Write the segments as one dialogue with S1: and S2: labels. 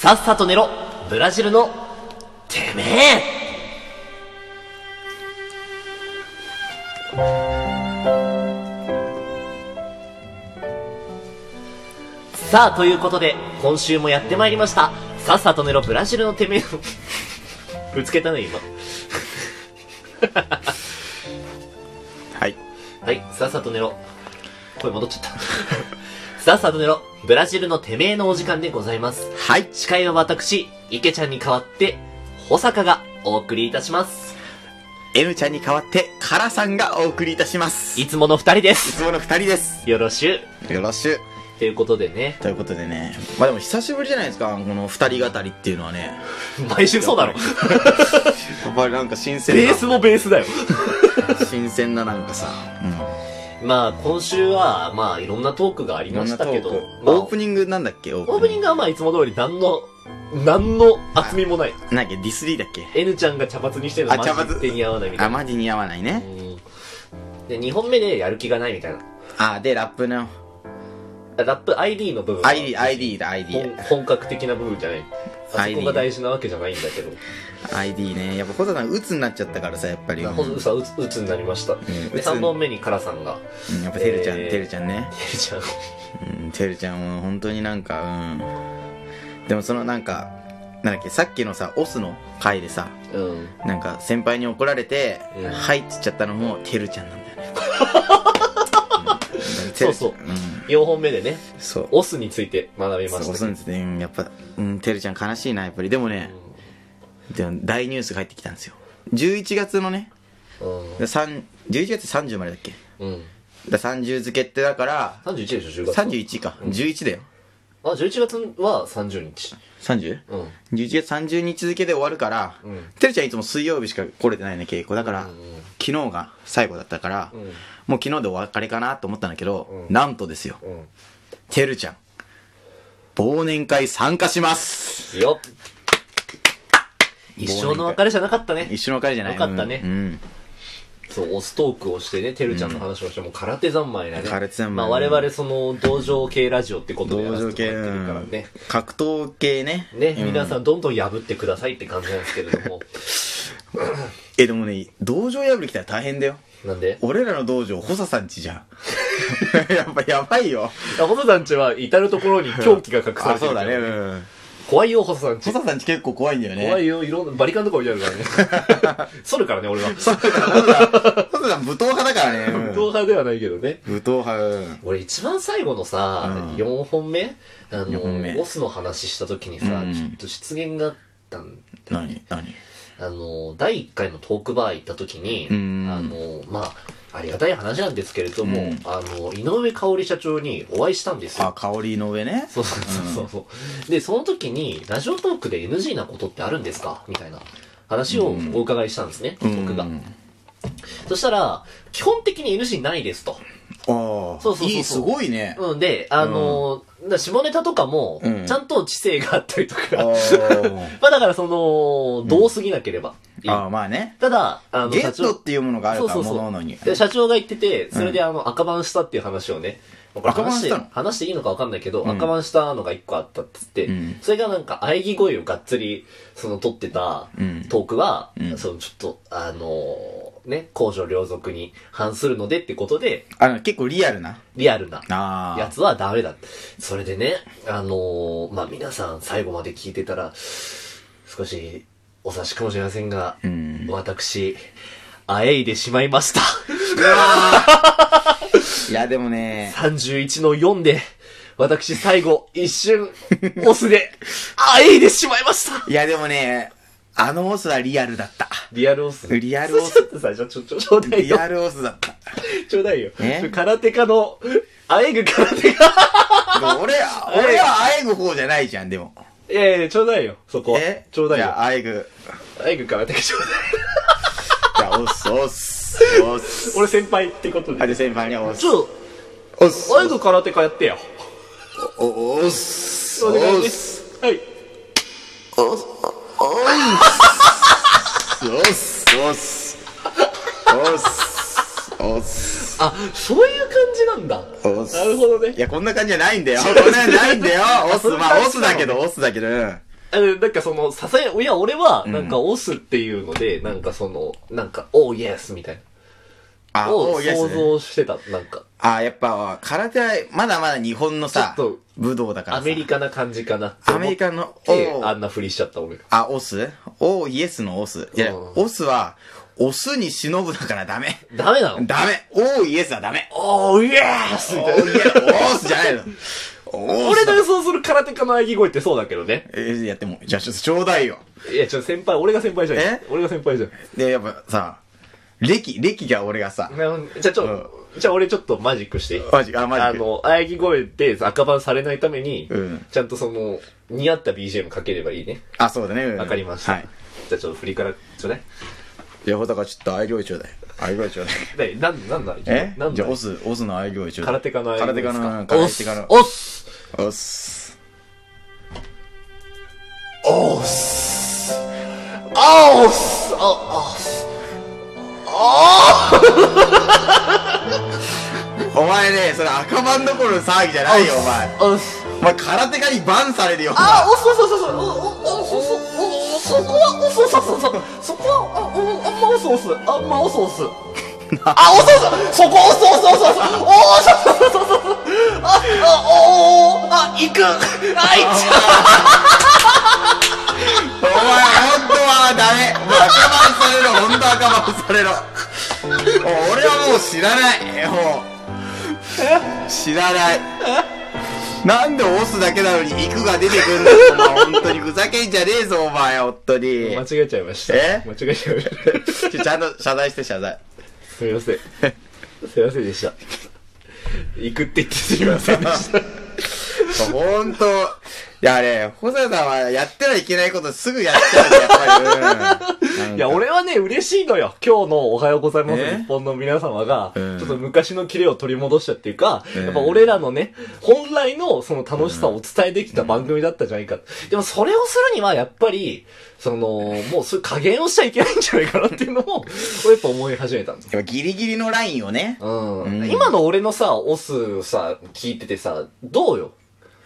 S1: さっさと寝ろブラジルのてめえさあということで今週もやってまいりましたさっさと寝ろブラジルのてめえをぶつけたね今
S2: はい。
S1: はい、さっさと寝ろ。声戻っちゃった。さっさと寝ろ。ブラジルのてめえのお時間でございます。
S2: はい。
S1: 司会は私、池ちゃんに代わって、保坂がお送りいたします。
S2: M ちゃんに代わって、カラさんがお送りいたします。い
S1: いつもの二人で
S2: つ
S1: す。
S2: もの二人です。
S1: よろしゅう。
S2: よろしゅう。
S1: ということでね。
S2: ということでね。まあでも久しぶりじゃないですか、この二人語りっていうのはね。
S1: 毎週 そうだろ。
S2: やっぱりなんか新鮮な。
S1: ベースもベースだよ。
S2: 新鮮ななんかさ。
S1: まあ、今週は、まあ、いろんなトークがあり
S2: うん。いろ
S1: ま
S2: んな
S1: し
S2: ト
S1: たけ
S2: ーク
S1: ど、。まあ
S2: オープニングなんだっけオ
S1: オープニン
S2: グ。
S1: グはまあ、いつも通り何の、何の厚みもない。
S2: なんだっけディスリーだっけ
S1: N ちゃんが茶髪にしてるの
S2: あ
S1: マ
S2: 茶
S1: ジ
S2: 髪
S1: 手に合わないみたい
S2: あ、
S1: な。
S2: マジ似合わないうね。
S1: んで、2本目でやる気がないみたいな。
S2: あ、で、ラップの。
S1: ラップ ID の部分は
S2: ID、ID だ、ID。
S1: 本本格的な部分じゃないあそ
S2: ID
S1: こが大事なわけじゃないんだけど
S2: ID ね。やっぱ、ホザさん、鬱になっちゃったからさ、やっぱり。
S1: ほんとさうつうつになりました、で
S2: 鬱
S1: 3本目にカラさんが
S2: うんやっぱ、てるちゃん、
S1: えー
S2: てるちゃんね。
S1: 「ちゃん
S2: うん、てるちゃんも本当になんか、うん。でもそのなんか、なんだっけ、さっきのさ、オスの回でさ、
S1: うん
S2: なんか先輩に怒られて、
S1: うん
S2: はいって言っちゃったのも、てるちゃんなんだよ ね。
S1: そうそう
S2: うんてるちゃんん
S1: 4本目でね
S2: そう。
S1: オスについて学びま
S2: そう、
S1: し
S2: オ
S1: た
S2: スなんですね。うんやっぱ、うん、てるちゃん悲しいな、やっぱり。でもね、でも大ニュースが入ってきたんですよ。11月のね、
S1: うん、
S2: 3 11月30までだっけ
S1: うん、
S2: だ30付けってだから、
S1: 31でしょ10月
S2: 31か。11だよ。
S1: あ11月は30日
S2: 30?
S1: うん
S2: 11月30日付で終わるから、
S1: うん
S2: てるちゃんいつも水曜日しか来れてないね稽古だか
S1: う
S2: ら、
S1: んうん
S2: 昨日が最後だったから、
S1: うん
S2: もう昨日でお別れかなと思ったんだけど、
S1: うん
S2: なんとですよ
S1: うん
S2: てるちゃん忘年会参加します
S1: よっ一生の別れじゃなかったね
S2: 一緒の別れじゃない
S1: よかったね
S2: うん、うん
S1: そうオストークをしてねてるちゃんの話をして、もう空手三昧だね
S2: 空手三
S1: まあ
S2: 昧
S1: 我々その道場系ラジオってことでや
S2: 道
S1: らせ
S2: 場
S1: て
S2: 系、
S1: もらってるからね、
S2: うん格闘系ね
S1: ね、
S2: うん
S1: 皆さんどんどん破ってくださいって感じなんですけれ ども。
S2: えでもね道場破り来たら大変だよ
S1: なんで
S2: 俺らの道場補佐さんち じゃんやっぱやばいよ
S1: 細田さんちは至るところに狂気が隠さ
S2: あ
S1: れてるか
S2: そうだ
S1: ら。
S2: ねうん
S1: 怖いよ、細田さん
S2: 補
S1: ち。
S2: 佐さんち結構怖いんだよね
S1: 怖いよ、いろんな、バリカンとか置いてあるか らね。そるからね、俺は。
S2: そうだ、そうだ、武闘派だからね。
S1: 武闘派ではないけどね。
S2: 武闘派。うん
S1: 俺一番最後のさ、
S2: うん
S1: 4本目あ
S2: 四本目
S1: の、ボスの話した時にさ、
S2: うん
S1: ちょっと失言があったん
S2: 何何
S1: あの、第1回のトークバー行った時に、
S2: うん
S1: あの、まあ、ありがたい話なんですけれども、
S2: うん
S1: あの、井上香織社長にお会いしたんですよ
S2: あ、。香りの上ね。
S1: そうそうそうそう。うで、その時に、ラジオトークで NG なことってあるんですかみたいな話をお伺いしたんですね、
S2: うん
S1: 僕が
S2: う。ん
S1: そしたら、基本的に NG ないですと。そう
S2: あ
S1: そうそうそ
S2: あ、
S1: う
S2: いい、すごいね。
S1: うんで、あのーだから下ネタとかも
S2: う、ん
S1: ちゃんと知性があったりと
S2: あ
S1: か、
S2: ー
S1: まあだからその、どうすぎなければいい。
S2: あー、まあね。
S1: ただ、あの、
S2: ゲ
S1: 社
S2: ット
S1: 長
S2: っ、ていうものがあるから、
S1: そう
S2: も
S1: そうそう
S2: ののに。
S1: で社長が言ってて、それであの、赤番したっていう話をね、これ
S2: 赤番
S1: 話して
S2: したの
S1: 話していいのか分かんないけど、
S2: うん
S1: 赤番したのが一個あったっつって、
S2: うん
S1: それがなんか、喘ぎ声をがっつり、その、取ってた
S2: うん
S1: トークは、
S2: うん
S1: その、ちょっと、あのーね、公序良俗に反するのでってことで、
S2: あの、結構リアルな。
S1: リアルな
S2: あ
S1: や
S2: あ。
S1: つはダメだ。それでね、あのーまあ、皆さん最後まで聞いてたら、少しお察しかもしれませんが、
S2: ん
S1: 私、あえいでしまいました。
S2: いや、でもね、
S1: 31の4で、私最後、一瞬、オスで、あえいでしまいました
S2: いや、でもね、あのオスはリアルだった。
S1: リアルオス
S2: リアルオス
S1: それちょっとさ、ちょ、ちょ、ちょ、ちょうだい
S2: リ
S1: よ。
S2: アルオスだった。
S1: ちょうだいよ。
S2: え
S1: ちょ空手家の、あえぐ空手家。
S2: で も俺、俺はあえぐ方じゃないじゃん、でも。
S1: いやいや、ちょうだいよ、そこは。ちょうだい
S2: い
S1: よ。
S2: や、
S1: あ
S2: あえぐ。
S1: えぐ空手家ちょうだい。
S2: いや、オス、オス、オス。
S1: 俺先輩ってことで。
S2: あ、で、先輩におす。
S1: ちょっ
S2: おす
S1: と、あえぐ空手家やってよ。
S2: おおす
S1: お
S2: お
S1: 願いね
S2: す。
S1: はい。
S2: おすおすおすおす
S1: あ、そういう感じなんだ。
S2: おす
S1: なるほどね
S2: い。や、こんな感じじゃないんだよ。こんな感じじゃないんだよ。オス、まあ、オスだけど、オスだけど。うん
S1: あのなんかその、ささや、いや、俺は、
S2: うん
S1: なんか、オスっていうので、なんかその、なんか、オーイエスみたいな。
S2: あ、
S1: を
S2: おイエ
S1: 想
S2: スね。
S1: 像してた。なんか、
S2: あ、やっぱ、空手は、まだまだ日本のさ
S1: ちょっと、
S2: 武道だから
S1: ア
S2: さ。
S1: メリカな感じかなって
S2: ア
S1: 思
S2: メ
S1: っ
S2: リカの、
S1: て、
S2: お
S1: あんなふりしちゃった俺。
S2: あ、オスおイエスのオス。いや、
S1: うん
S2: オスは、オスに忍ぶだからダメ。
S1: ダメなの
S2: ダメ。おイエスはダメ。
S1: オーイエス
S2: お
S1: み
S2: イ
S1: た
S2: エ
S1: い
S2: ス
S1: な。、
S2: オスじゃ ないの。オ
S1: 俺の
S2: スだ
S1: 予想する空手家の喘ぎ声ってそうだけどね。
S2: え、やっても、じゃあちょっとちょうだいよ。
S1: いや、ちょ、先輩、俺が先輩じゃん
S2: え。
S1: 俺が先輩じゃん。
S2: で、やっぱさ、歴、歴が俺がさ、
S1: なじゃあちょ、じゃあ俺ちょっとマジックしていい
S2: マジあマジック
S1: あの、喘ぎ声で赤番されないために、
S2: うん
S1: ちゃんとその、似合った BGM かければいいね。
S2: あ、そうだね。うん
S1: わかりました。
S2: はい。
S1: じゃあちょっと振りから、ちょうだい。
S2: いや、ほたかちょっと愛料ちょうだい。愛料ちょうだい。
S1: で、なん、なんだ
S2: え
S1: なん
S2: じゃ
S1: だ
S2: あ、オス、オスの愛料ちょうだい。
S1: 空手家の喘
S2: 空
S1: ぎ
S2: 手
S1: 声で
S2: 家
S1: す
S2: の、
S1: か
S2: 空手家の、
S1: おっす
S2: オス。
S1: おっすあおっすあ、あす
S2: お前ね、それ赤番どころの騒ぎじゃないよ、お前。
S1: あっす
S2: お前空手家にバンされるよ。
S1: あ、おそうそうそうそう、お、お、お、そ、そ、お、そこは、お、そうそうそう、そ、そこは、あ、お、あんまおそうす、あんまおそうす。あ、おそうそう、そこおそうそうそう、お、そうそうそうそう、あ、あ、お、あ、行く、あ、行っちゃ
S2: お前、本当はダメ。お前、赤番されろ。本当赤番されろ。お俺はもう知らない。もう。知らない。なんでオスだけなのに、イクが出てくるんだよ。お前本当にふざけんじゃねえぞ、お前、本当に。
S1: う。間違えちゃいました。
S2: え
S1: 間違えちゃいました。
S2: ちょちゃんと謝罪して、謝罪。
S1: すみません。すみませんでした。行くって言ってすみませんでした。
S2: 本当いやね、細田さんはやってはいけないことすぐやっちゃうねやっぱり。うん
S1: いや、俺はね、嬉しいのよ。今日のおはようございます
S2: え
S1: 日本の皆様が、ち
S2: うん
S1: ょっと昔のキレを取り戻したっていうか、
S2: うん
S1: やっぱ俺らのね、本来のその楽しさをお伝えできた番組だったじゃないか。でもそれをするには、やっぱり、その、もうそういう加減をしちゃいけないんじゃないかなっていうの を、俺やっぱ思い始めたんですよ。
S2: やっぱギリギリのラインをね。
S1: う
S2: うん
S1: ん。今の俺のさ、オスさ、聞いててさ、どうよ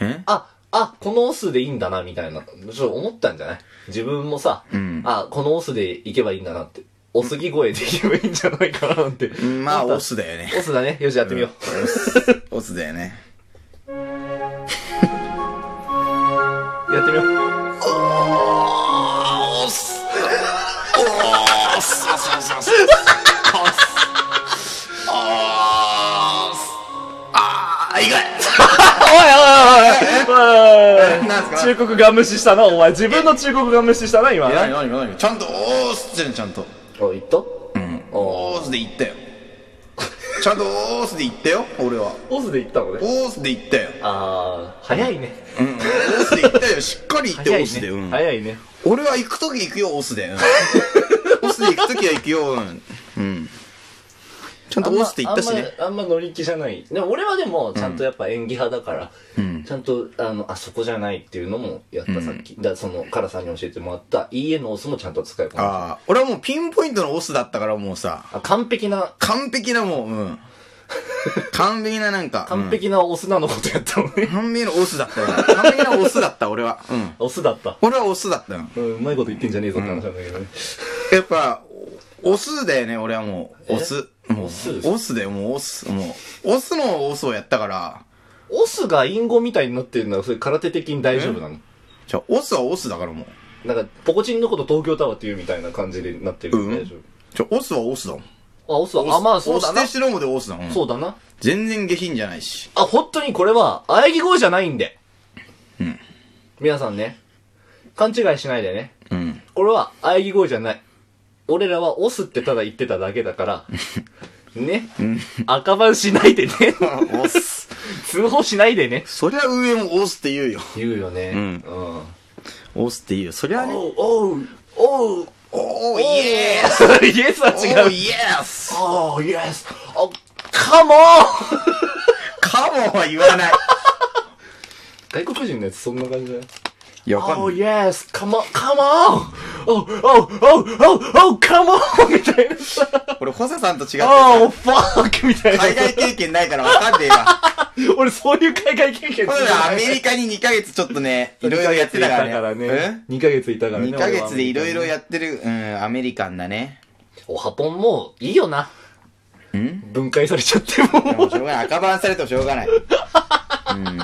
S2: え
S1: あ、あ、このオスでいいんだな、みたいな。ちょっと思ったんじゃない自分もさ、
S2: うん
S1: あ、このオスでいけばいいんだなって。おすぎ声で言えばいいんじゃないかな、なんて。
S2: まあ、
S1: 思った
S2: オ。スだよね。
S1: オスだね。よし、やってみよう。
S2: オスだよね。
S1: やってみよう。おーオス
S2: おーすそうそうそうおーすあー、意外
S1: おいおいおいおいおいおい
S2: なんすか
S1: 中国が無視したな、お前。自分の中国が無視したな、今。
S2: なになにちゃんと、おーすってねちゃんと。
S1: お、いった
S2: うん。
S1: お
S2: おーすで言ったよ。ちゃんと、おーすで言ったよ、俺は。
S1: オスでいったのね。
S2: おーすで言ったよ。
S1: あー、早いね。
S2: うん。オースで行ったよ。しっかり行ってオ
S1: 早い
S2: ースで。う
S1: ね。
S2: ん。
S1: 早いね。
S2: 俺は行くとき行くよ、オースで。うんオースで行くときは行くよ。うんうん。ちゃんとオースで行ったしね。
S1: あんまあんま乗り気じゃないでも俺はでもちゃんとやっぱ演技派だから、ちゃんとあのあそこじゃないっていうのもやった、さっきだそのカラさんに教えてもらった「いいえ」のオスもちゃんと使いこなし
S2: ああ。俺はもうピンポイントのオスだったからもうさ、
S1: たあ完璧な
S2: 完璧なもう、 うん。完璧ななんか。うん
S1: 完璧なオスなのことやったのね、
S2: 完璧なオスだったよ。完璧なオスだった、俺は。うん。
S1: オスだった、
S2: 俺はオスだったよ。
S1: うん、うまいこと言ってんじゃねえぞって話なんだけどね、
S2: やっぱ、オスだよね、俺はもう。オス。もう、
S1: オス
S2: オスだよ、もうオス。もう、オスのオスをやったから、
S1: オスが隠語みたいになってるのはそれ空手的に大丈夫なの
S2: じゃあオスはオスだからもう。
S1: なんかポコチンのこと東京タワーっていうみたいな感じになってる
S2: うん
S1: 大丈
S2: ちょ、オスはオスだもん。
S1: 夫あオスはあまあそうだな
S2: オスで忍でオスだもん。
S1: そうだな
S2: 全然下品じゃないし。
S1: あ、本当にこれは、喘ぎ声じゃないんで。
S2: うん。
S1: 皆さんね、勘違いしないでね。
S2: うん。
S1: これは、喘ぎ声じゃない。俺らは、オスってただ言ってただけだ から、ね。赤番しない でね。
S2: オス。
S1: 通報しないでね。
S2: そりゃ上もオスって言うよ。
S1: 言うよね。
S2: うん
S1: うん。
S2: オスって言うよ。そりゃね。
S1: おう、おう、おう、
S2: おー、イエース
S1: ーイエスは
S2: お
S1: 違
S2: ー、
S1: う。
S2: イエース
S1: おう、イエス。お、カモン
S2: カモンは言わない。
S1: 外国人のやつそんな感じだよ。
S2: いや、わかん
S1: Oh
S2: ない。
S1: yes, come on, come on! Oh, oh, oh, oh, oh, come on! みたいなさ。
S2: 俺、ホサさんと違ってさ
S1: Oh, fuck! みたいな。
S2: 海外経験ないからわかんねえわ。
S1: 俺そういう海外経験
S2: ほら、アメリカに2ヶ月ちょっとね、いろいろやってた
S1: 2ヶ月いたから
S2: か
S1: ら
S2: ね
S1: ね。。2ヶ月いた
S2: う
S1: か
S2: ん
S1: らね。
S2: 2ヶ月でいろいろ
S1: や
S2: やってる、うん、アメリカンだね。
S1: おはぽんもういいよな。
S2: ん
S1: 分解されちゃっても
S2: でもしょうがない。赤番されてもしょうがない。うん。
S1: う。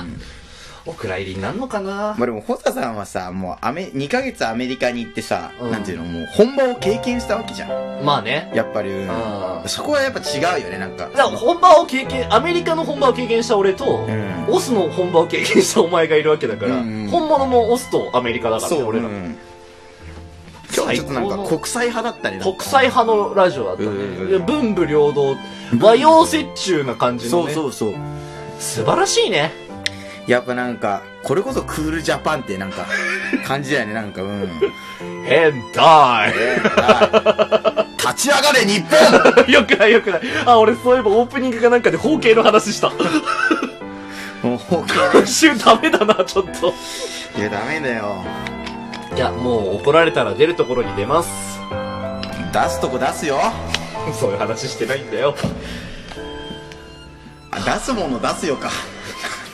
S1: お蔵入りになんのかな
S2: まあでも、ホサさんはさ、もうアメ、2ヶ月アメリカに行ってさ、
S1: うん
S2: なんていうの、もう本場を経験したわけじゃん。
S1: まあね。
S2: やっぱり、うん
S1: あー
S2: そこはやっぱ違うよね、なんか。
S1: だから本場を経験、アメリカの本場を経験した俺と
S2: う、ん。
S1: オスの本場を経験したお前がいるわけだから、
S2: うんうん
S1: 本物もオスとアメリカだからね、
S2: そう、
S1: 俺
S2: 俺
S1: ら
S2: ら。
S1: も。
S2: 今日はちょっとなんか
S1: 最高の
S2: 国際派だったり
S1: 国際派のラジオだったね
S2: うんうんうん
S1: で。文武両道、和洋折衷な感じ
S2: そ
S1: の
S2: う
S1: ね。
S2: そうそう。
S1: 素晴らしいね。
S2: やっぱなんか、これこそクールジャパンってなんか、感じだよね、なんか、 うん。
S1: 変態
S2: 立ち上がれ日 本
S1: よくないよくない。あ、俺そういえばオープニングかなんかで包茎の話 した。
S2: もう、
S1: 今週ダメだな、ちょっと。
S2: いや、ダメだよ。
S1: いや、もう怒られたら出るところに出ます。
S2: 出すとこ出すよ。
S1: そういう話してないんだよ。
S2: あ、出すもの出すよか。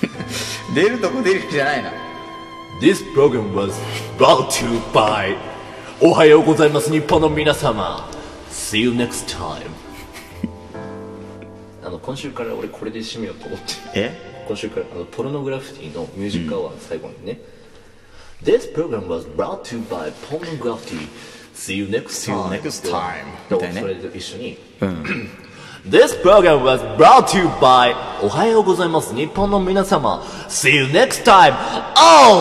S2: 出るとこ出るじゃないな。
S1: This program was brought to you by おはようございます日本の皆様 See you next time あの今週から俺これで締めようと思って
S2: え
S1: 今週からあのポルノグラフィティのミュージックアワー最後にね、This program was brought to you by pornography See you next
S2: you
S1: time
S2: next time
S1: で
S2: みたいね
S1: それと一緒に
S2: うん。
S1: This program was brought to you by おはようございます日本の皆様 See you next time Oh